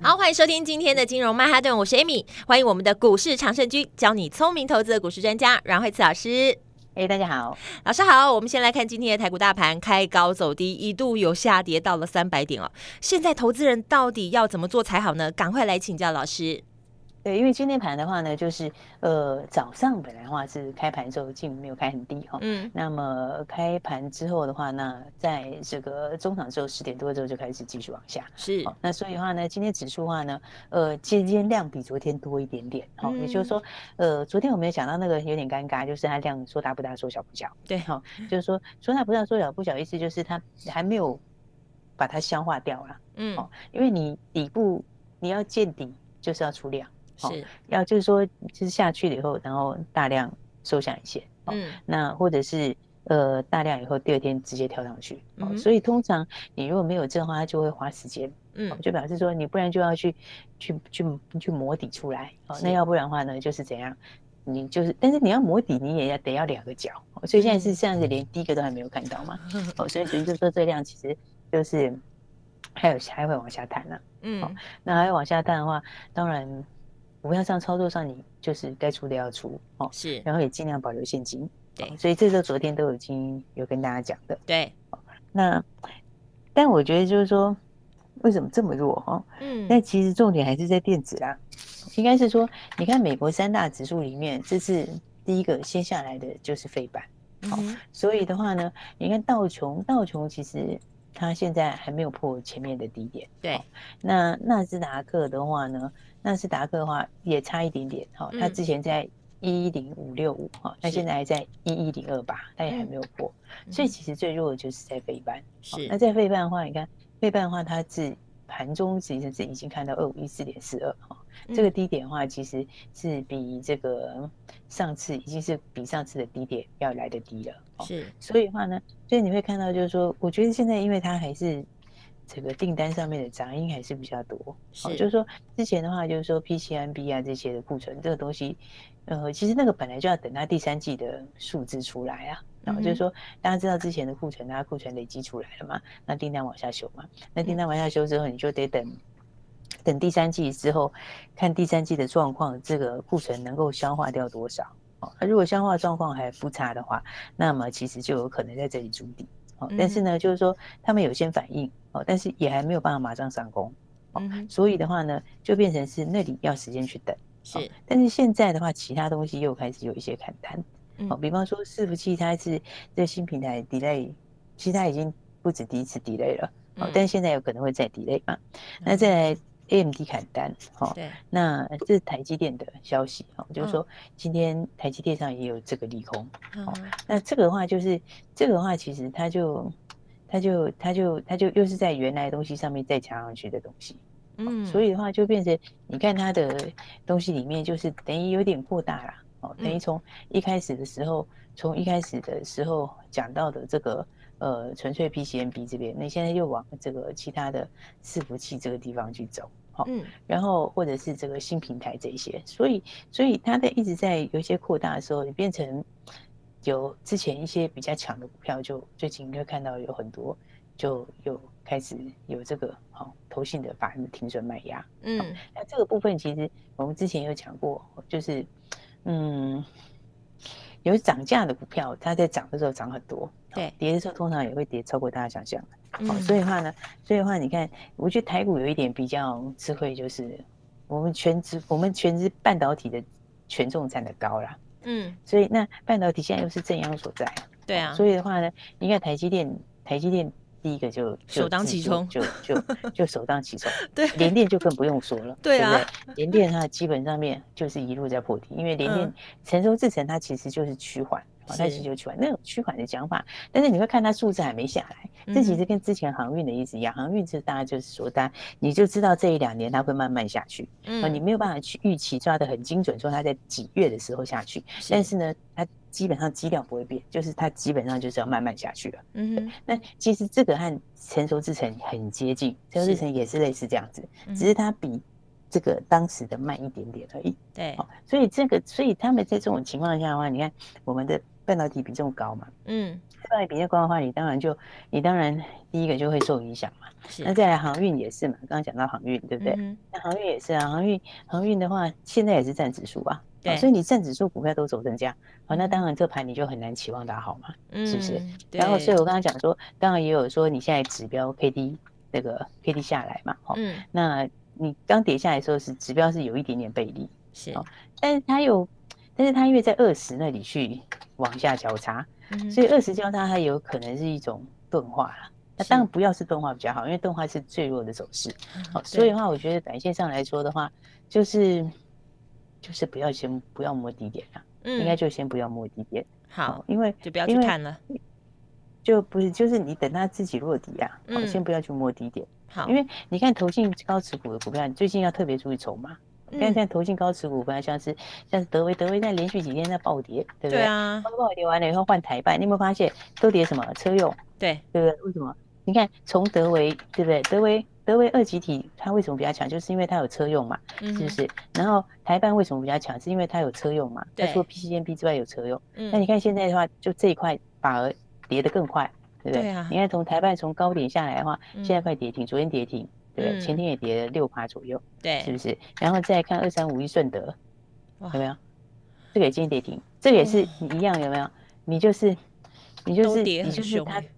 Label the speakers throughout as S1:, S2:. S1: 好，欢迎收听今天的金融曼哈顿，我是 Amy，欢迎我们的股市常胜军，教你聪明投资的股市专家阮慧慈老师。
S2: 哎、大家好。
S1: 老师好，我们先来看今天的台股大盘开高走低，一度有下跌到了三百点哦。现在投资人到底要怎么做才好呢？赶快来请教老师。
S2: 对，因为今天盘的话呢，就是呃早上本来的话是开盘之后并没有开很低哈、
S1: 嗯，
S2: 那么开盘之后的话，那在这个中场之后十点多之后就开始继续往下。
S1: 是
S2: 哦，那所以的话呢，今天指数的话呢，呃，今天量比昨天多一点点，好、也就是说，
S1: 嗯
S2: 呃，昨天我们有讲到那个有点尴尬，就是它量说大不大，说小不小，
S1: 对
S2: 好、就是说说大不大，说小不小，意思就是它还没有把它消化掉啦，
S1: 嗯，
S2: 哦，因为你底部你要见底就是要出量，好
S1: 是，
S2: 要就是说就是下去了以后，然后大量收下影线，哦，
S1: 嗯，
S2: 那或者是呃大量以后第二天直接跳上去，
S1: 嗯
S2: 哦，
S1: 哼
S2: 所以通常你如果没有这的话，它就会花时间。哦
S1: 嗯，
S2: 就表示说你不然就要去去去去磨底出来，哦，那
S1: 是
S2: 要不然的话呢，就是怎样，你就是，但是你要磨底，你也要得要两个角，哦所以现在
S1: 嗯
S2: 是这样子，连第一个都还没有看到嘛，哦，所以所以就说这量其实就是还有还会往下探啊，
S1: 嗯，
S2: 那还会往下探的话，当然股票上操作上你就是该出的要出，哦，
S1: 是，
S2: 然后也尽量保留现金，哦
S1: 对
S2: 所以这个昨天都已经有跟大家讲的，
S1: 对，
S2: 那但我觉得就是说为什么这么弱哈、哦
S1: 嗯，
S2: 那其实重点还是在电子啦，应该是说，你看美国三大指数里面，这次第一个先下来的就是费板，
S1: 嗯哼
S2: 所以的话呢，你看道琼，道琼其实它现在还没有破前面的低点，
S1: 对，
S2: 那纳斯达克的话呢，纳斯达克的话也差一点点，哈、
S1: 嗯
S2: 它之前在一零五六五哈，它
S1: 是嗯
S2: 现在还在一一零二八，它也还没有破，所以其实最弱的就是在费板。好
S1: 是
S2: 那，在费半的话，你看费半的话，它是盘中其实是已经看到二五一四点四二哈，这个
S1: 嗯
S2: 低点的话，其实是比这个上次已经是比上次的低点要来的低了。哦，
S1: 是，
S2: 所以的话呢，所以你会看到就是说，我觉得现在因为它还是这个订单上面的杂音还是比较多，哦，
S1: 是
S2: 就是说之前的话，就是说 PCMB 啊这些的库存这个东西，呃，其实那个本来就要等它第三季的数字出来啊。然后就
S1: 嗯哼
S2: 是说，大家知道之前的库存，大家库存累积出来了嘛，那订单往下修嘛，那
S1: 嗯
S2: 订单往下修之后，你就得等，等第三季之后，看第三季的状况，这个库存能够消化掉多少。哦，那如果消化状况还不差的话，那么其实就有可能在这里筑底。哦，但
S1: 嗯
S2: 是呢，就是说他们有先反应，哦，但是也还没有办法马上上攻。
S1: 嗯哼
S2: 所以的话呢，就变成是那里要时间去等。
S1: 是，
S2: 但是现在的话，其他东西又开始有一些砍单，哦，
S1: 嗯
S2: 比方说伺服器它是这个新平台 delay，其实它已经不止第一次 delay 了，哦
S1: 嗯，
S2: 但是现在有可能会再 delay 嘛。那再来 AMD 砍单，哦，
S1: 对，
S2: 那这是台积电的消息，哦，就是
S1: 嗯
S2: 说今天台积电上也有这个利空，
S1: 嗯哼
S2: 那这个的话就是这个的话，其实它就。它就它就它就又是在原来的东西上面再加上去的东西，
S1: 嗯，
S2: 所
S1: 以
S2: 以的话就变成你看它的东西里面就是等于有点过大啦，哦，等于
S1: 嗯
S2: 从一开始的时候，从一开始的时候讲到的这个呃纯粹 PCMB 这边，那现在又往这个其他的伺服器这个地方去走，好、
S1: 嗯
S2: 然后或者是这个新平台这一些，所以所以它在一直在有一些扩大的时候，你变成有之前一些比较强的股票就，最近你会看到有很多就有开始有这个好、投信的法人停损卖压。
S1: 嗯
S2: 那这个部分其实我们之前有讲过，就是嗯，有涨价的股票，它在涨的时候涨很多，
S1: 对
S2: 跌的时候通常也会跌超过大家想象。
S1: 嗯
S2: 好、所以的话呢，所以的话，你看，我觉得台股有一点比较智慧，就是我们全职我们全职半导体的权重占的高啦，
S1: 嗯
S2: 所以那半导体现在又是正央所在啊，
S1: 对啊，
S2: 所以的话呢，你看台积电，台积电第一个就就
S1: 首当
S2: 自
S1: 其
S2: 助
S1: 冲
S2: 就就就首当其冲，
S1: 对
S2: 联电就更不用说了，
S1: 对
S2: 不
S1: 啊
S2: 对联电它基本上面就是一路在破底，因为联电
S1: 嗯
S2: 成熟制程它其实就是趋缓。哦它其
S1: 是
S2: 实就趋缓，那种趋缓的讲法，但是你会看它数字还没下来，这其
S1: 嗯
S2: 实跟之前航运的意思一样，航运就大家就是说它，你就知道这一两年它会慢慢下去，哦，
S1: 嗯
S2: 你没有办法去预期抓得很精准，说它在几月的时候下去，但是呢，它基本上基调不会变，就是它基本上就是要慢慢下去了。
S1: 嗯
S2: 那其实这个和成熟制程很接近，成熟制
S1: 是
S2: 程也是类似这样子，
S1: 哼
S2: 只是它比这个当时的慢一点点而已。
S1: 对，
S2: 哦，所以这个，所以他们在这种情况下的话，你看我们的半导体比重高嘛，
S1: 嗯，
S2: 半导体比重高的话，你当然就，你当然第一个就会受影响嘛。
S1: 是，
S2: 那再来航运也是嘛，刚刚讲到航运，对不对？
S1: 嗯
S2: 那航运也是啊，航运航运的话，现在也是占指数啊。哦
S1: 对
S2: 所以你占指数股票都走成这样，好，那当然这盘你就很难期望它好嘛。
S1: 哼，
S2: 是不是
S1: 嗯？
S2: 然后，所以
S1: 对
S2: 我刚刚讲说，当然也有说你现在指标 K D 那个 K D 下来嘛，哦好，
S1: 嗯，
S2: 那你刚跌下来的时候是指标是有一点点背离，
S1: 是，
S2: 哦但是它有，但是它因为在二十那里去往下交叉，
S1: 嗯哼
S2: 所以二十交叉它有可能是一种钝化啦。那
S1: 是
S2: 当然不要是钝化比较好，因为钝化是最弱的走势。好、所以
S1: 哦对
S2: 的话，我觉得短线上来说的话，就是就是不要先不要摸低点啦，
S1: 嗯，
S2: 应该就先不要摸低点。哦
S1: 好，，
S2: 因为
S1: 就不要去
S2: 因为
S1: 看了。
S2: 就不是就是你等它自己落底啊，好
S1: 嗯
S2: 先不要去摸低点，
S1: 好，
S2: 因为你看投信高持股的股票，你最近要特别注意筹码。你看，
S1: 嗯
S2: 像投信高持股，股票像是像是德威，德威在连续几天在暴跌，对不
S1: 对
S2: 对？
S1: 啊，
S2: 它暴跌完了以后换台办，你有没有发现都跌什么车用，
S1: 对，
S2: 对不对？为什么？你看从德维，对不对？德维德维二级体它为什么比较强？就是因为它有车用嘛，
S1: 嗯
S2: 是
S1: 哼
S2: 不是？然后台办为什么比较强？是因为它有车用嘛？它
S1: 对
S2: 除了 PCMP 之外有车用。那
S1: 嗯，
S2: 你看现在的话，就这一块反而跌得更快，对不对？
S1: 对啊
S2: 你看从台办从高点下来的话，现在
S1: 嗯
S2: 快跌停，昨天跌停，对不对？前
S1: 嗯
S2: 天也跌了六趴左右，是
S1: 对，
S2: 不是？然后再看二三五一顺德，
S1: 哇
S2: 有没有？这个也今天跌停，这个也是一样，有没有？你就是你就
S1: 哦都
S2: 是
S1: 跌
S2: 你
S1: 很
S2: 就是
S1: 凶
S2: 它
S1: 欸，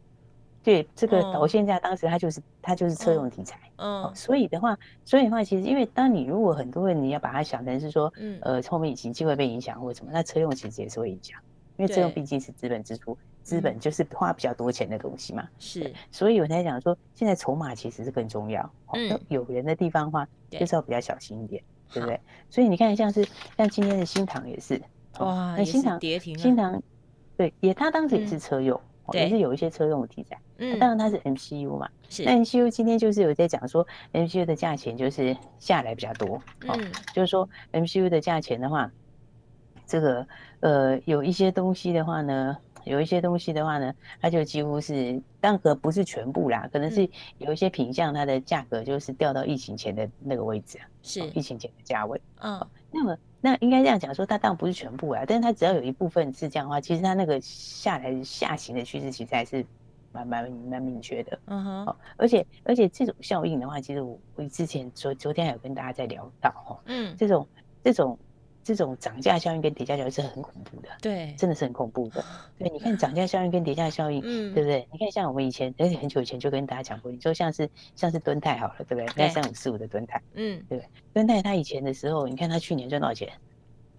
S2: 对这个
S1: 嗯
S2: 导线价当时它就是它就是车用题材，哦
S1: 嗯
S2: 所以的话，所以的话，其实因为当你如果很多人你要把它想成是说，
S1: 嗯，
S2: 呃，后面已经就会被影响或者什么，那车用其实也是会影响，因为车用
S1: 对
S2: 毕竟是资本支出，
S1: 嗯
S2: 资本就是花比较多钱的东西嘛，
S1: 是，
S2: 所以我才讲说，现在筹码其实是更重要。哦
S1: 嗯
S2: 那有人的地方的话，
S1: 对
S2: 就是要比较小心一点，对不
S1: 好
S2: 对？所以你看，像是像今天的新塘也是，哦
S1: 哇，
S2: 那
S1: 也
S2: 新
S1: 是
S2: 塘
S1: 跌停
S2: 新
S1: 了，
S2: 塘对也，它当时也
S1: 嗯
S2: 是车用，哦
S1: 对
S2: 也是有一些车用的题材。那当
S1: 嗯，
S2: 然它是 MCU 嘛，
S1: 是，
S2: 那 MCU 今天就是有在讲说 MCU 的价钱就是下来比较多，哦，
S1: 嗯，
S2: 就是说 MCU 的价钱的话，这个呃有一些东西的话呢，有一些东西的话呢，它就几乎是，但可不是全部啦，可能是有一些品项它的价格就是掉到疫情前的那个位置啊，
S1: 是
S2: 哦，疫情前的价位。
S1: 嗯，
S2: 那么那应该这样讲说，它当然不是全部啊，但是它只要有一部分是这样的话，其实它那个下来下行的趋势其实还是蛮蛮蛮明确的。
S1: 嗯哼，
S2: 哦，而且而且这种效应的话，其实我我之前昨昨天还有跟大家在聊到哦，
S1: 嗯，
S2: 这种这种这种涨价效应跟叠加效应是很恐怖的，
S1: 对，
S2: 真的是很恐怖的。对，你看涨价效应跟叠加效应，
S1: 嗯
S2: 对，不对？你看像我们以前，而且很久以前就跟大家讲过，你说像是像是敦泰好了，对不对？
S1: 对
S2: 那三五四五的敦泰，
S1: 嗯，
S2: 敦泰它以前的时候，你看它去年赚多少钱？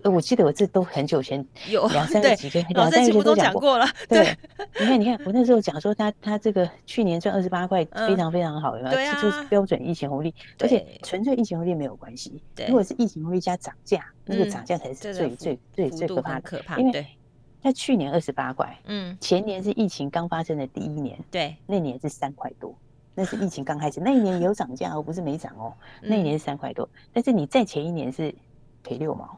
S2: 呃我记得我这都很久前，
S1: 有，
S2: 两三
S1: 对
S2: 个，几个，
S1: 老
S2: 两三
S1: 在
S2: 个
S1: 节
S2: 月
S1: 目
S2: 都
S1: 都
S2: 讲
S1: 讲
S2: 过。
S1: 过了，
S2: 对，你看，你看，我那时候讲说他他这个去年赚二十八块，非
S1: 嗯
S2: 常非常好，然后
S1: 对
S2: 这就
S1: 啊
S2: 是标准疫情红利，而且
S1: 对
S2: 纯粹疫情红利没有关系，
S1: 对
S2: 如果是疫情红利加涨价，那个
S1: 嗯
S2: 涨价才是
S1: 这
S2: 最
S1: 个幅
S2: 最最
S1: 幅
S2: 最
S1: 度
S2: 可怕
S1: 很
S2: 的。
S1: 可怕，
S2: 因为
S1: 对，
S2: 那去年二十八块，
S1: 嗯，
S2: 前年是疫情刚发生的第一年，
S1: 对，
S2: 那年是三块多，那是疫情刚开始，那一年有涨价哦，不是没涨 哦，那一
S1: 嗯
S2: 年是三块多，但是你再前一年是赔六毛，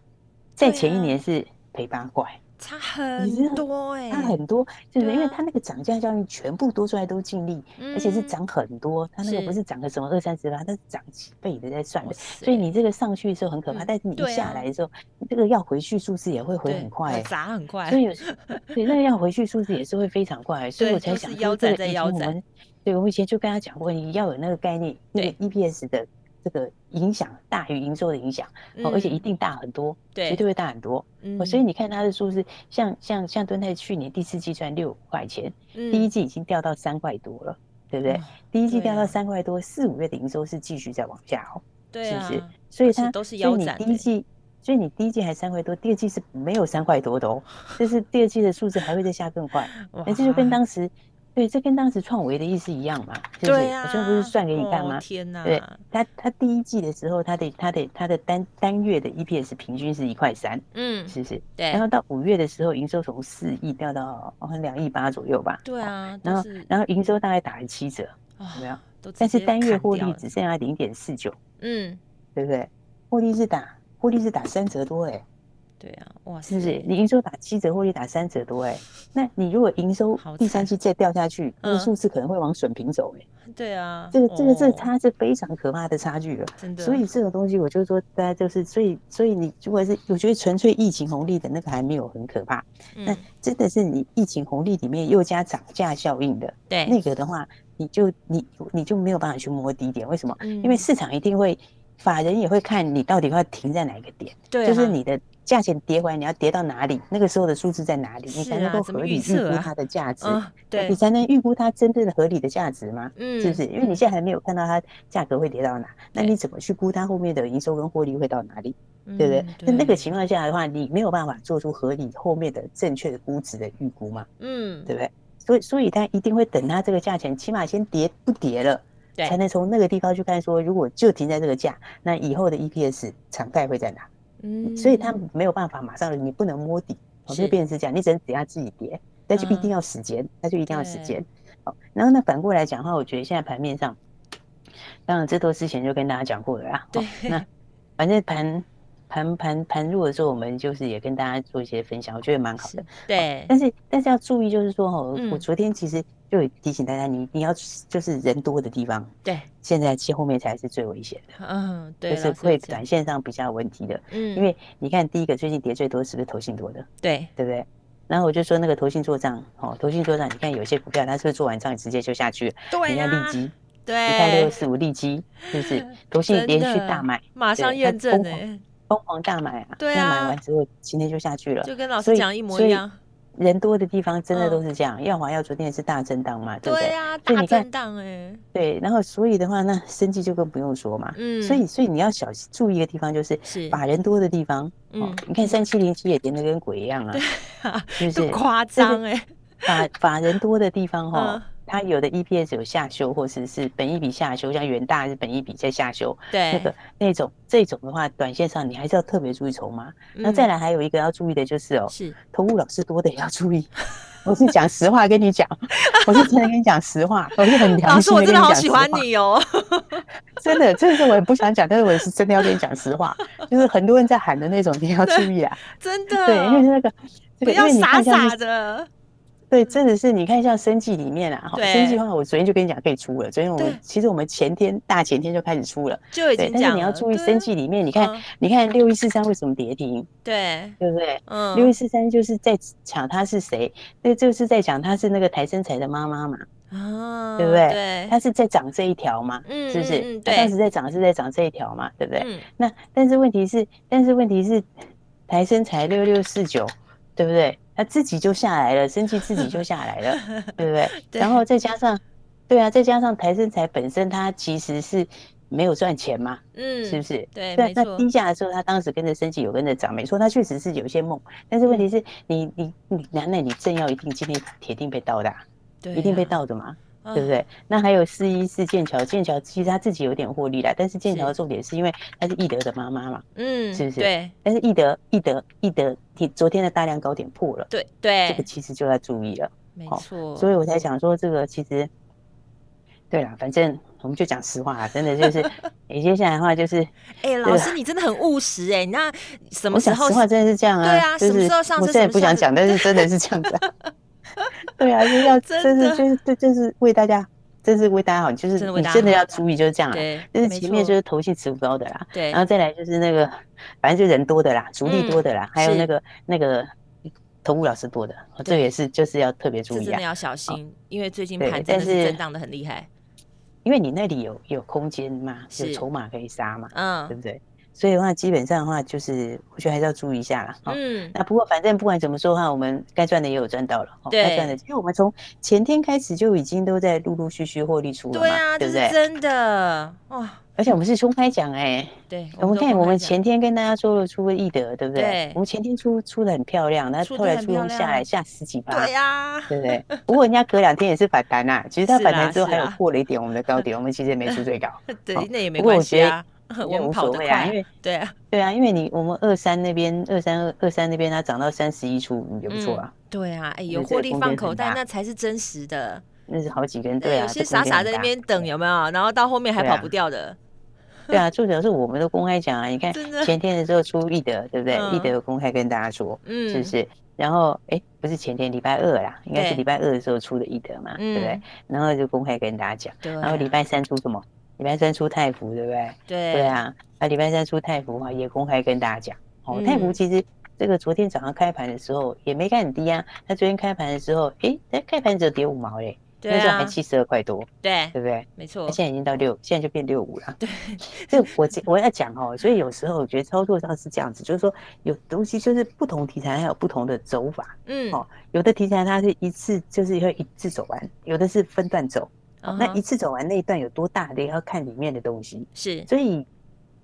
S2: 再
S1: 对
S2: 前一
S1: 啊
S2: 年是赔八块。
S1: 差
S2: 你知
S1: 很
S2: 道
S1: 多哎，
S2: 它很多，就是
S1: 对
S2: 因为
S1: 啊
S2: 它那个涨价效应全部多出来都尽力，而且是
S1: 嗯
S2: 涨很多，它那个不
S1: 是
S2: 是涨个什么二三十趴，它是涨几倍的在算
S1: 哇
S2: 的。
S1: 塞
S2: 所以你这个上去的时候很可怕，
S1: 嗯
S2: 但是你
S1: 对
S2: 一下
S1: 啊
S2: 来的时候，你这个要回去数字也会回
S1: 对
S2: 很快
S1: 我
S2: 欸、
S1: 砸很快
S2: 所， 以有时候对那个要回去数字也是会非常快欸，所以
S1: 对
S2: 我才
S1: 就
S2: 想
S1: 是
S2: 说
S1: 腰
S2: 这
S1: 斩
S2: 个
S1: 再
S2: 以前
S1: 腰
S2: 我
S1: 斩
S2: 们对我以前就跟他讲过，你要有那个概念，那个 EPS 的这个影响大于营收的影响，哦，而且一
S1: 嗯
S2: 定大很多，
S1: 对
S2: 绝对会大很多。哦，
S1: 嗯
S2: 所以你看它的数字，像像像敦泰去年第四季赚六块钱，第一
S1: 嗯
S2: 季已经掉到三块多了，对不对？
S1: 哇
S2: 第一季
S1: 对
S2: 掉到
S1: 啊
S2: 三块多，四五月的营收是继续在往下哦，
S1: 对
S2: 是不是
S1: 啊？
S2: 所
S1: 而
S2: 以
S1: 且
S2: 它
S1: 都是
S2: 所以
S1: 腰
S2: 你
S1: 斩
S2: 第
S1: 的欸
S2: 一季，所以你第一季还三块多，第二季是没有三块多的哦，就是第二季的数字还会再下更快，那这就跟
S1: 哇
S2: 当时。对，这跟当时创维的意思一样嘛，是不是？
S1: 对呀，
S2: 我这不是算给你看
S1: 哦
S2: 吗？
S1: 天哪，
S2: 对它它第一季的时候，它的它的它的单单月的 EPS 平均是一块三，
S1: 嗯，
S2: 是不是？
S1: 对
S2: 然，后到五月的时候，营收从四亿掉到好像两亿八左右吧。
S1: 对
S2: 哦。
S1: 啊，都
S2: 然后
S1: 是，
S2: 然后营收大概打了七折，
S1: 啊
S2: 有没有？
S1: 都直
S2: 但是
S1: 接
S2: 单月
S1: 砍
S2: 获
S1: 掉
S2: 利
S1: 了
S2: 只剩下零点四九，
S1: 嗯，
S2: 对不对？获利是打获利是打三折多哎、
S1: 对啊，哇
S2: 是
S1: 塞，
S2: 不是？你营收打七折，获利打三折多哎、那你如果营收
S1: 好
S2: 第三
S1: 惨
S2: 季再掉下去，那个
S1: 嗯
S2: 数字可能会往损平走哎、
S1: 对啊，
S2: 这个这个这
S1: 哦
S2: 它是非常可怕的差距了。
S1: 真的，
S2: 所以这个东西，我就说，大家就是，所以所以你如果是我觉得纯粹疫情红利的那个还没有很可怕，那
S1: 嗯，
S2: 真的是你疫情红利里面又加涨价效应的
S1: 对，
S2: 那个的话，你就你你就没有办法去摸低点，为什么？
S1: 因
S2: 因为市场一定会，法人也会看你到底要停在哪一个点，
S1: 对啊，
S2: 就是你的价钱跌回来，你要跌到哪里，那个时候的数字在哪里，你
S1: 是
S2: 才能
S1: 啊
S2: 够
S1: 怎么
S2: 合
S1: 预
S2: 理预
S1: 测
S2: 估
S1: 啊
S2: 它的价值，
S1: 啊，对
S2: 你，才能预估它真正的合理的价值吗？
S1: 嗯，
S2: 是不是？因为你现在还没有看到它价格会跌到哪，那
S1: 对
S2: 你怎么去估它后面的营收跟获利会到哪里，
S1: 嗯，
S2: 对不对？那那个情况下的话，你没有办法做出合理后面的正确的估值的预估嘛，
S1: 嗯，
S2: 对不对？所以，所以它一定会等它这个价钱起码先跌不跌了，
S1: 对
S2: 才能从那个地方去看说，如果就停在这个价，那以后的 E EPS 常态会在哪？
S1: 嗯，
S2: 所以它没有办法马上，你不能摸底，哦，
S1: 是
S2: 就变成是这样，你只能等它自己跌，但就一
S1: 嗯
S2: 定要时间，它就一定要时
S1: 对
S2: 间。好，然后那反过来讲的话，我觉得现在盘面上，当然这都之前就跟大家讲过了啦。
S1: 对
S2: 哦，那反正盘盘盘盘弱的时候，我们就是也跟大家做一些分享，我觉得蛮好的
S1: 是。对，
S2: 但是但是要注意，就是说哦，
S1: 嗯
S2: 我昨天其实就有提醒大家，你你要就是人多的地方，
S1: 对，
S2: 现在其实后面才是最危险的，
S1: 嗯，对，
S2: 就是
S1: 老师
S2: 会
S1: 讲
S2: 短线上比较有问题的。
S1: 嗯，
S2: 因为你看第一个最近跌最多是不是投信多的，
S1: 对，
S2: 对不对？然后我就说那个投信做账，哦，投信做账，你看有些股票它是不是做完账直接就下去了？
S1: 对
S2: 你看
S1: 呀
S2: 利，基，
S1: 对，
S2: 你看六四五利基是不是？投信
S1: 哎真
S2: 连续
S1: 的
S2: 大买，
S1: 马上
S2: 对
S1: 验
S2: 它
S1: 证
S2: 疯狂
S1: 哎，
S2: 疯狂大买啊，
S1: 对
S2: 那
S1: 啊
S2: 买完之后今天就下去了。
S1: 就跟老
S2: 所
S1: 师哦
S2: 以
S1: 讲一模
S2: 所
S1: 一
S2: 以
S1: 样，
S2: 人多的地方真的
S1: 嗯
S2: 都是这样，耀华耀昨天也是大震荡嘛，对不
S1: 对啊
S2: 对？
S1: 呀，
S2: 所以
S1: 大
S2: 你看
S1: 震荡哎，
S2: 对，然后所以的话，那生计就更不用说嘛。
S1: 嗯，
S2: 所以，所以你要小心注意的地方就是
S1: 是
S2: 把人多的地方。哦
S1: 嗯，
S2: 你看三七零七也跌得跟鬼一样啊， 是不
S1: 都
S2: 是？
S1: 夸
S2: 这个
S1: 张哎，
S2: 法法人多的地方哈、
S1: 嗯
S2: 它有的 EPS 有下修，或者是本一比下修，像元大是本一比在下修，那
S1: 对
S2: 个，那种这种的话，短线上你还是要特别注意筹码。那
S1: 嗯
S2: 再来还有一个要注意的就是哦，
S1: 是
S2: 投顾老师多的也要注意。 我是讲实话跟你讲，我是真的跟你讲实 话，我是很
S1: 老
S2: 良
S1: 师，
S2: 心
S1: 我
S2: 的
S1: 真
S2: 跟你
S1: 的好
S2: 讲
S1: 喜
S2: 实
S1: 欢
S2: 话。
S1: 你哦，
S2: 真的，这个是我也不想讲，但是我也是真的要跟你讲 实话，就是很多人在喊的那种，你也要注意啊。
S1: 真
S2: 对，因
S1: 的，
S2: 为那个，
S1: 不
S2: 这个
S1: 要
S2: 因为你
S1: 傻
S2: 看像是
S1: 傻的，
S2: 对，真的是你看像生计里面啊，哈
S1: 对
S2: 生计的话，我昨天就跟你讲可以出了。昨天我
S1: 对
S2: 们其实我们前天大前天就开始出了，
S1: 就已
S2: 对
S1: 经。
S2: 但是
S1: 讲
S2: 你要
S1: 了
S2: 注意
S1: 对
S2: 生
S1: 啊
S2: 计里面，你看
S1: 嗯
S2: 你看六一四三为什么跌停，
S1: 对，
S2: 对不对？
S1: 嗯，
S2: 六一四三就是在讲她是谁，那就是在讲她是那个台生财的妈妈嘛，
S1: 啊，
S2: 对不对
S1: 对，
S2: 她是在涨这一条嘛，
S1: 嗯
S2: 是不
S1: 嗯
S2: 是
S1: 嗯？
S2: 她当
S1: 对
S2: 时在涨是在涨这一条嘛，对不对？
S1: 嗯，
S2: 那但是问题是，但是问题是，台生才六六四九，对不对？他自己就下来了，生气自己就下来 了，对不对？
S1: 对
S2: 然后再加上，对啊，再加上台生才本身它其实是没有赚钱嘛，
S1: 嗯，
S2: 是不是？
S1: 对，
S2: 对啊
S1: 没，
S2: 那
S1: 错，
S2: 低价的时候，它当时跟着升级，有跟着涨，没错，它确实是有一些梦，但是问
S1: 嗯
S2: 题是你你你，难道你正要一定今天铁定被盗的啊、
S1: 对
S2: 一定被
S1: 呀，
S2: 盗的嘛？
S1: 嗯
S2: 对不？对？那还有四一四剑桥，剑桥其实他自己有点获利啦，但是剑
S1: 是
S2: 桥的重点是因为他是易德的妈妈嘛，
S1: 嗯，
S2: 是不是
S1: 对
S2: 但是易德易德易德，你昨天的大量高点破了，
S1: 对
S2: 这个
S1: 对，
S2: 其实就要注意了，
S1: 没
S2: 哦
S1: 错，
S2: 所以我才想说这个其实，对啦，反正我们就讲实话啦，真的 就是，你接下来的话就是，
S1: 哎，老师你真的很务实哎，那什么
S2: 我
S1: 时
S2: 讲
S1: 候
S2: 实话真的是这样啊，
S1: 对啊
S2: 就
S1: 什么
S2: 是
S1: 时候上
S2: 我
S1: 车
S2: 虽
S1: 什
S2: 然
S1: 么
S2: 不
S1: 下
S2: 想
S1: 车
S2: 讲，但是真的是这样子啊， 对啊，就是要
S1: 真
S2: 真
S1: 的
S2: 是就是对，就是为大家，真是为大家好，就是
S1: 真的为
S2: 你
S1: 大家
S2: 真的
S1: 好
S2: 要注意，就是这样啊，
S1: 对，
S2: 就是
S1: 没
S2: 前面就
S1: 错
S2: 是投信持股高的啦，
S1: 对嗯
S2: 然，后再来就是那个，反正就人多的啦，主力多的啦，还有
S1: 是
S2: 那个那个投顾老师多的，哦这个也是就是要特别
S1: 这
S2: 注
S1: 真
S2: 意
S1: 的
S2: 啊，
S1: 要小心，因为最近
S2: 对
S1: 盘真
S2: 但
S1: 的是
S2: 是
S1: 震荡的很厉害，
S2: 因为你那里有有空间嘛，有
S1: 是
S2: 筹码可以杀嘛，对
S1: 嗯
S2: 不对？所以的话，基本上的话，就是我觉得还是要注意一下啦。哦
S1: 嗯，
S2: 那不过反正不管怎么说的话，我们该赚的也有赚到了，哦
S1: 对
S2: 该赚的，因为我们从前天开始就已经都在陆陆续续获利出了
S1: 对
S2: 嘛，
S1: 啊，
S2: 对
S1: 这
S2: 不
S1: 是
S2: 对？
S1: 真的哇，
S2: 而且我们是公开奖哎，
S1: 对，
S2: 我们
S1: 都
S2: 看，
S1: 公
S2: 我
S1: 开
S2: 们
S1: 讲
S2: 前天跟大家说了出个易德，对不对？
S1: 对
S2: 我们前天出出的很漂亮，那
S1: 出
S2: 后
S1: 得
S2: 来
S1: 很
S2: 出
S1: 漂
S2: 笼下来
S1: 亮
S2: 下十几趴
S1: 对，啊呀，
S2: 对不对？不过人家隔两天也是反弹啊，其实它
S1: 是
S2: 反
S1: 啦
S2: 弹之后
S1: 是
S2: 还有
S1: 啦
S2: 破了一点我们的高点，我们其实也没出最高。
S1: 对
S2: 好，
S1: 那也没
S2: 不过
S1: 关
S2: 我
S1: 系
S2: 觉得
S1: 啊， 我
S2: 也
S1: 们
S2: 无
S1: 跑
S2: 所
S1: 得
S2: 谓啊
S1: 快，
S2: 因为
S1: 对啊，
S2: 对啊，因为你我们二三那边二三二二三那边它涨到三十一出也不错啊，
S1: 对啊，哎，
S2: 觉
S1: 有
S2: 得
S1: 获
S2: 这个
S1: 利
S2: 空
S1: 放
S2: 间
S1: 口
S2: 很
S1: 袋
S2: 大
S1: 那才是真实的，
S2: 那是好几根
S1: 对，
S2: 对啊，
S1: 有
S2: 这
S1: 些傻
S2: 空间
S1: 傻
S2: 很
S1: 在那
S2: 大
S1: 边等，有没有？然后到后面还
S2: 对
S1: 跑
S2: 啊
S1: 不掉的，
S2: 对啊，作者是我们 都公开讲啊，你看
S1: 真的
S2: 前天的时候出易德，对不对？
S1: 嗯
S2: 易德有公开跟大家说，
S1: 嗯，
S2: 是不是？然后哎，不是前天礼拜二啦，应该是
S1: 对
S2: 礼拜二的时候出的一德嘛，对不对
S1: 嗯？，
S2: 然后就公开跟大家讲，
S1: 对啊，
S2: 然后礼拜三出什么？礼拜三出太福，对不对？
S1: 对
S2: 对，啊，那礼拜三出太福啊，也公开跟大家讲哦，
S1: 嗯
S2: 太福其实这个昨天早上开盘的时候也没开很低啊，它昨天开盘的时候，诶，它开盘只有跌五毛嘞，
S1: 对
S2: 那时候还
S1: 啊，
S2: 七十二块多，
S1: 对，
S2: 对不对？
S1: 没错
S2: 它，现在已经到六，现在就变六五了。对，这我这我要讲哦，所以有时候我觉得操作上是这样子，就是说有东西就是不同题材它有不同的走法，
S1: 嗯，
S2: 哦有的题材它是一次就是会一次走完，有的是分段走，
S1: 嗯
S2: 那
S1: 哼
S2: 一次走完那一段有多大的要看里面的东西。
S1: 是，
S2: 所以，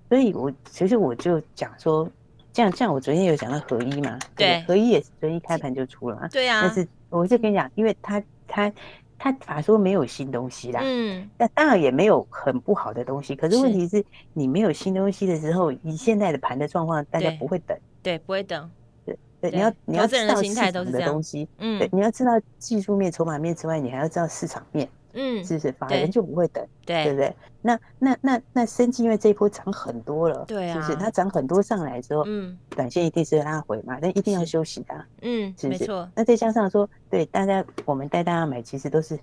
S2: 所以我其实我就讲说，这样这样，我昨天有讲到合一嘛，不
S1: 对
S2: 合一也是昨天一开盘就出了嘛，
S1: 对啊
S2: 但，是我就跟你讲，因为他他他法说没有新东西啦，
S1: 嗯，
S2: 那、当然也没有很不好的东西，可是
S1: 是
S2: 问题是你没有新东西的时候，以现在的盘的状况，大家
S1: 对
S2: 不会等，
S1: 对，不会等，
S2: 对，
S1: 对
S2: 你要你
S1: 投
S2: 要
S1: 资人
S2: 知
S1: 的
S2: 道
S1: 心
S2: 市
S1: 态都是
S2: 场的
S1: 这样
S2: 东西，对
S1: 嗯，
S2: 你要知道技术面、筹码面之外，你还要知道市场面，
S1: 嗯，
S2: 是不是？法
S1: 对
S2: 人就不会等。对不
S1: 对，
S2: 对？那那那那生技因为这一波涨很多了，
S1: 对
S2: 是不是？
S1: 啊
S2: 它涨很多上来之后，
S1: 嗯
S2: 短线一定是拉回嘛，但一定要
S1: 是
S2: 休息的啊、
S1: 嗯，
S2: 是不
S1: 没
S2: 是
S1: 错，
S2: 那再加上说，对大家我们带大家买，其实都是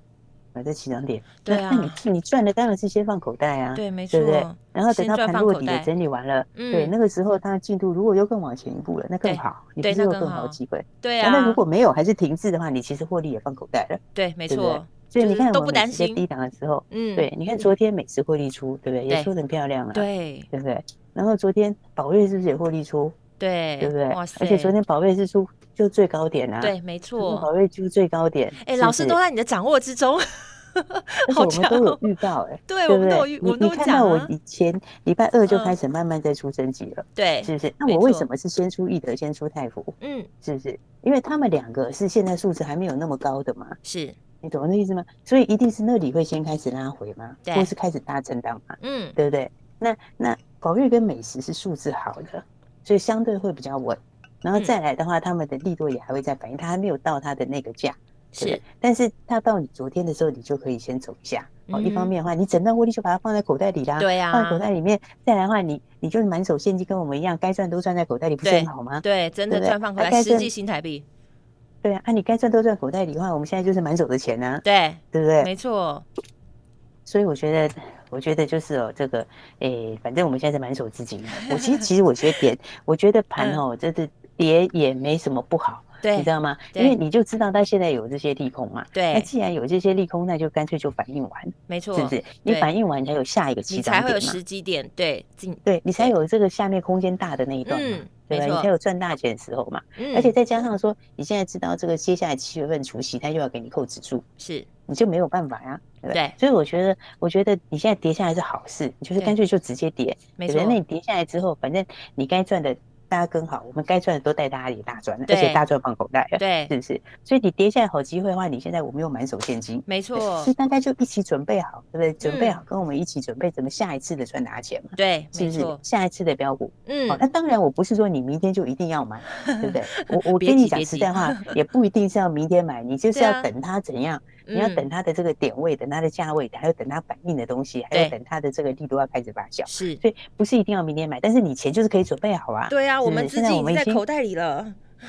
S2: 买在起涨点，
S1: 对啊，
S2: 那那你你赚的当然是先放口袋啊，
S1: 对，没
S2: 对不对
S1: 错，
S2: 然后等
S1: 先
S2: 到
S1: 赚
S2: 盘
S1: 放
S2: 落
S1: 口
S2: 底
S1: 袋
S2: 了整理完了，对，
S1: 嗯
S2: 那个时候它的进度如果又更往前一步了，那更
S1: 对
S2: 好，你不
S1: 对
S2: 是
S1: 那
S2: 有
S1: 更
S2: 更好
S1: 好
S2: 的机会？
S1: 对
S2: 那
S1: 啊
S2: 如，果没有还是停滞的话，你其实获利也放口袋了，
S1: 对，没
S2: 对不对
S1: 错，
S2: 所以
S1: 就
S2: 你
S1: 是
S2: 看
S1: 都
S2: 我
S1: 不
S2: 们每
S1: 担
S2: 次在
S1: 心
S2: 低档的时候，
S1: 嗯，
S2: 对，你看昨天美式获利出，对不对？
S1: 对
S2: 也出的很漂亮啊，
S1: 对
S2: 对不对？然后昨天宝瑞是不是也获利出，
S1: 对，
S2: 对不对？
S1: 哇
S2: 而且昨
S1: 塞
S2: 天宝瑞是出就最高点啊，，
S1: 对，没错，
S2: 宝瑞就是最高点。
S1: 哎、
S2: 是
S1: 老
S2: 不
S1: 师
S2: 是
S1: 都在你的掌握之 中，
S2: 而且
S1: 好
S2: 我们
S1: 强、
S2: 都有
S1: 哦！
S2: 预告哎，
S1: 对，我
S2: 对不
S1: 们都有
S2: 对
S1: 预，？我
S2: 你
S1: 们都
S2: 你
S1: 有
S2: 看
S1: 讲
S2: 到我
S1: 啊。
S2: 以前礼拜二就
S1: 嗯
S2: 开始慢慢在出升级了，
S1: 对，
S2: 是不是？那
S1: 没
S2: 我为
S1: 错
S2: 什么是先出一德，先出泰福？
S1: 嗯，
S2: 是不是？因为他们两个是现在数值还没有那么高的嘛，
S1: 是，
S2: 你懂我的意思吗？所以一定是那里会先开始拉回嘛，
S1: 对
S2: 或是开始大震荡嘛。
S1: 嗯，
S2: 对不对？那那宝玉跟美食是素质好的，所以相对会比较稳。然后
S1: 嗯
S2: 再来的话，他们的利多也还会再反应，它还没有到它的那个价，对不
S1: 是
S2: 对，？但是它到你昨天的时候，你就可以先走一下。哦，一
S1: 嗯
S2: 方面的话，你整段获利就把它放在口袋里啦，
S1: 对
S2: 放在
S1: 啊
S2: 口，袋里面。再来的话，你你就满手现金，跟我们一样，该赚都赚在口袋里，不是
S1: 对
S2: 很好吗？
S1: 对，真的
S2: 对不对
S1: 赚放回
S2: 啊
S1: 来，
S2: 但
S1: 实
S2: 是
S1: 际新台币，
S2: 对啊，啊，你该赚都赚口袋里的话，我们现在就是满手的钱啊，
S1: 对，
S2: 对不对？
S1: 没错，
S2: 所以我觉得，我觉得就是哦，这个，诶、反正我们现在是满手资 金。我其实，其实我觉得点，我觉得盘
S1: 嗯
S2: 哦，这是跌也没什么不好，你
S1: 对
S2: 知，道吗？因
S1: 对
S2: 为你就知道它现在有这些利空嘛。那
S1: 对，
S2: 既然有这些利空，那就干脆就反应完，
S1: 没错，
S2: 是不是？你
S1: 对
S2: 反应完才有下一个
S1: 你
S2: 起
S1: 才
S2: 涨
S1: 会有
S2: 点嘛，
S1: 时机点，对，进，
S2: 对你才有这个下面空间大的那一段嘛，
S1: 嗯，没
S2: 对吧？你
S1: 错
S2: 才，有赚大钱的时候嘛。
S1: 嗯，
S2: 而且再加上说，你现在知道这个接下来七月份除夕，它又要给你扣指数，
S1: 是，
S2: 你就没有办法呀、对不
S1: 对，
S2: 所以我觉得，我觉得你现在跌下来是好事，你就是
S1: 对
S2: 干脆就直接跌，
S1: 没
S2: 对不
S1: 错
S2: 对？，那你跌下来之后，反正你该赚的大家跟好，我们该赚的都带大家也大赚了，而
S1: 对
S2: 且大赚放口袋了，
S1: 对，
S2: 是不是？所以你跌下来好机会的话，你现在我们又满手现金，
S1: 没
S2: 对
S1: 错
S2: 所以，大家就一起准备好，对不对？准备
S1: 嗯
S2: 好跟我们一起准备怎么下一次的赚大钱嘛，
S1: 对，
S2: 是
S1: 没
S2: 不是
S1: 错？，
S2: 下一次的标股，
S1: 嗯
S2: 哦，，那当然，我不是说你明天就一定要买，对不对？ 我我
S1: 别
S2: 跟你
S1: 急
S2: 讲
S1: 别
S2: 实
S1: 急
S2: 在话， 也不一定是要明天买，你就是
S1: 对
S2: 要
S1: 啊嗯
S2: 等它怎样。你
S1: 你
S2: 要等它的这个点位，等它的价位，还有等它反应的东西，还
S1: 对
S2: 有等它的这个力度要开始发酵。
S1: 是，
S2: 所以不是一定要明天买，但是你钱就是可以准备好啊。
S1: 对啊，我
S2: 是
S1: 们
S2: 现
S1: 资
S2: 在
S1: 金
S2: 我
S1: 已经
S2: 们已
S1: 在
S2: 经
S1: 口袋里了，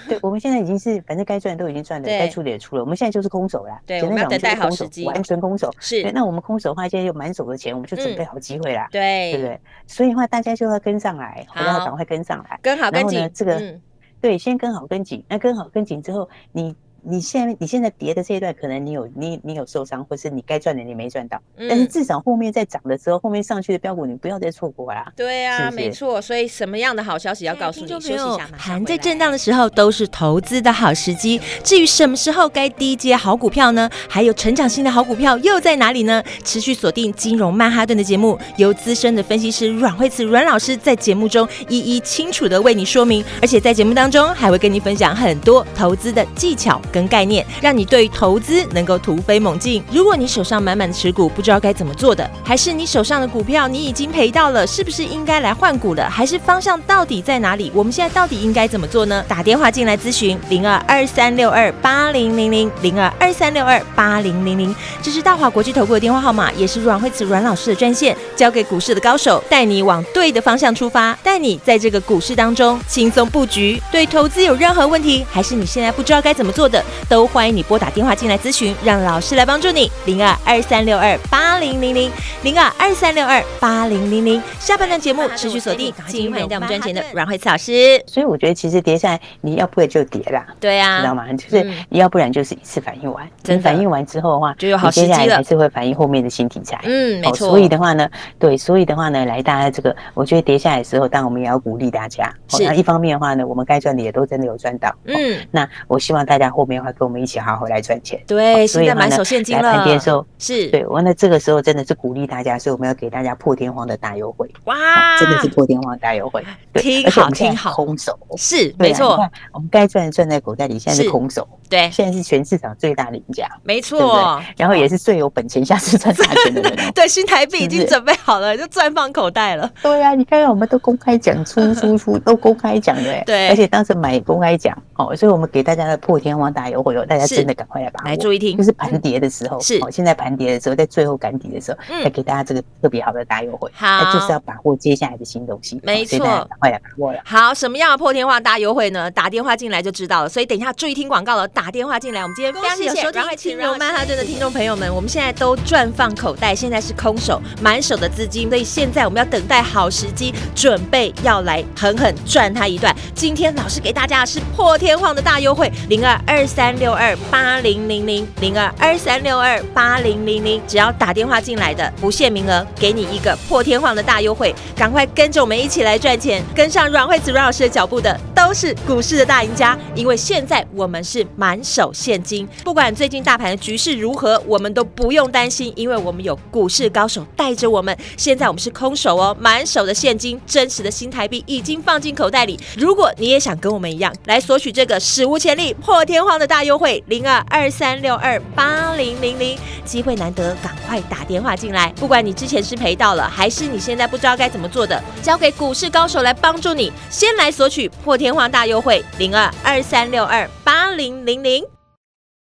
S2: 对，我们现在已经是反正该赚都已经赚了，
S1: 对
S2: 该出的也出了，我们现在就是空手啦。
S1: 对
S2: 简
S1: 我
S2: 单
S1: 们要
S2: 讲，
S1: 等待
S2: 就是
S1: 好
S2: 空
S1: 时
S2: 手
S1: 机
S2: 完全空手。对，
S1: 是，
S2: 那我们空手的话，现在有满手的钱，我们就准
S1: 嗯
S2: 备好机会啦，对不
S1: 对，
S2: 对？所以的话，大家就要跟上来，我们要
S1: 好
S2: 赶快跟上来。
S1: 跟好
S2: 然
S1: 跟
S2: 后
S1: 紧
S2: 呢，这个
S1: 嗯
S2: 对，先跟好跟紧，那跟好跟紧之后，你你现在你现在跌的这一段，可能你有你你有受伤，或是你该赚的你没赚到，但是
S1: 嗯。
S2: 至少后面在涨的时候，后面上去的标股你不要再错过啦。
S1: 对啊，
S2: 是不是
S1: 没错，所以什么样的好消息要告诉你？休
S3: 听众
S1: 息一
S3: 朋友
S1: 下，马上
S3: 盘
S1: 回
S3: 在
S1: 来嗯
S3: 震荡的时候都是投资的好时机。至于什么时候该低接好股票呢？还有成长性的好股票又在哪里呢？持续锁定金融曼哈顿的节目，由资深的分析师阮慧慈阮老师在节目中一一清楚的为你说明，而且在节目当中还会跟你分享很多投资的技巧跟。跟概念，让你对投资能够突飞猛进。如果你手上满满的持股，不知道该怎么做的，还是你手上的股票你已经赔到了，是不是应该来换股了？还是方向到底在哪里？我们现在到底应该怎么做呢？打电话进来咨询零二二三六二八零零零零二二三六二八零零零，这是大华国际投顾的电话号码，也是阮慧慈阮老师的专线，交给股市的高手，带你往对的方向出发，带你在这个股市当中轻松布局。对投资有任何问题，还是你现在不知道该怎么做的，都欢迎你拨打电话进来咨询，让老师来帮助你。零二二三六二八零零零零二二三六二八零零零。下半段节目持续锁定，金融带我们赚钱的阮慧慈老师。
S2: 所以我觉得其实跌下来，你要不会就跌啦，
S3: 对
S2: 知道
S3: 啊，
S2: 吗？就是
S3: 嗯
S2: 你要不然就是一次反应完，
S3: 真
S2: 你
S3: 的
S2: 反应完之后的话，
S3: 就有好
S2: 你接
S3: 时
S2: 下
S3: 机
S2: 来
S3: 了
S2: 还是会反映后面的新题材。
S3: 嗯，没
S2: 哦
S3: 错，
S2: 所以的话呢，对，所以的话呢，来大家这个，我觉得跌下来的时候，当然我们也要鼓励大家。哦
S3: 是
S2: 那一方面的话呢，我们该赚的也都真的有赚到。哦
S3: 嗯，
S2: 那我希望大家后面的话跟我们一起好好来赚钱。
S3: 对，
S2: 哦
S3: 现
S2: 所以
S3: 在
S2: 的话
S3: 满
S2: 呢
S3: 手现金
S2: 来盘
S3: 了
S2: 跌的，时候，
S3: 是，
S2: 对我那这个时候真的是鼓励大家，所以我们要给大家破天荒的大优惠，
S3: 哇，
S2: 真的哦是破天荒的大优惠。
S3: 啊听
S2: 对，而且我
S3: 好
S2: 们现在
S3: 听好
S2: 空手，
S3: 是
S2: 对啊
S3: 没错
S2: 你，看我们该赚的赚在口袋里，现在
S3: 是
S2: 是空手，
S3: 对，
S2: 现在是全市场最大赢家，
S3: 没
S2: 对不
S3: 错
S2: 对，然后也是最有本钱下次赚大钱的人 哦。
S3: 对，新台币已
S2: 是
S3: 经
S2: 不是
S3: 准备好了，就赚放口袋了。
S2: 对呀、啊，你看我们都公开讲，出出 出都公开讲的、欸，
S3: 对
S2: 而且当时买也公开讲哦，所以我们给大家的破天荒大优惠哦，大家
S3: 是
S2: 真的赶快来把握，
S3: 来注意听
S2: 就，是盘跌的时候，
S3: 是
S2: 哦，现在盘跌的时候，在最后赶底的时候，
S3: 嗯
S2: 再给大家这个特别好的大优惠，
S3: 好
S2: 那就是要把握接下来的新东西，哦
S3: 没
S2: 所以大
S3: 错
S2: 家赶快来把握了。
S3: 好，什么样的破天荒大优惠呢？打电话进来就知道了。所以等一下注意听广告了，打电话进来。我们今天非常有收听金融曼哈顿的听众朋友们，我们现在都赚放口袋，现在是空手满手的资金，所以现在我们要等待好时机，准备要来狠狠赚它一段。今天老师给大家的是破天荒的大优惠，零二二三六二八零零零零二二三六二八零零零，只要打电话进来的不限名额，给你一个破天荒的大优惠，赶快跟着我们一起来赚钱，跟上阮惠子阮老师的脚步的都是股市的大赢家，因为现在我们是满手现金，不管最近大盘的局势如何，我们都不用担心，因为我们有股市高手带着我们，现在我们是空手哦，满手的现金，真实的新台币已经放进口袋里。如果你也想跟我们一样来索取这个史无前例、破天荒的大优惠，零二二三六二八零零零，机会难得，赶快打电话进来。不管你之前是赔到了，还是你现在不知道该怎么做的，交给股市高手来帮助你，先来索取破天荒大优惠，零二二三六二八零零零。